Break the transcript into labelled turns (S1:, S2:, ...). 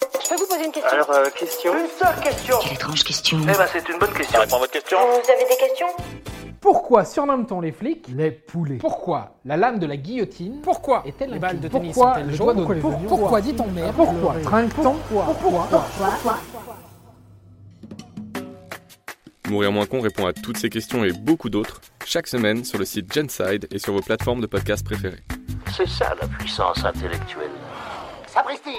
S1: Je peux vous poser une question
S2: Alors, euh, question
S3: Une seule question
S4: Quelle étrange question.
S2: Eh ben, c'est une bonne question.
S5: Ça répond à votre question
S1: Vous avez des questions
S6: Pourquoi surnomme-t-on les flics
S7: Les poulets.
S6: Pourquoi la lame de la guillotine
S8: Pourquoi
S6: est-elle
S8: les
S6: un
S8: balles
S6: cul
S8: de tennis
S6: Pourquoi
S8: sont-elles
S6: le
S8: jaunes
S6: doigt
S7: Pourquoi
S6: d'honneur
S7: les
S6: Pour-
S7: oignons
S6: Pourquoi dit-on merde Pourquoi
S7: Le-
S6: trinque-t-on
S7: Pourquoi
S6: Pourquoi
S9: Mourir moins con répond à toutes ces questions et beaucoup d'autres chaque semaine sur le site Genside et sur vos plateformes de podcasts préférées.
S3: C'est ça la puissance intellectuelle. Sapristi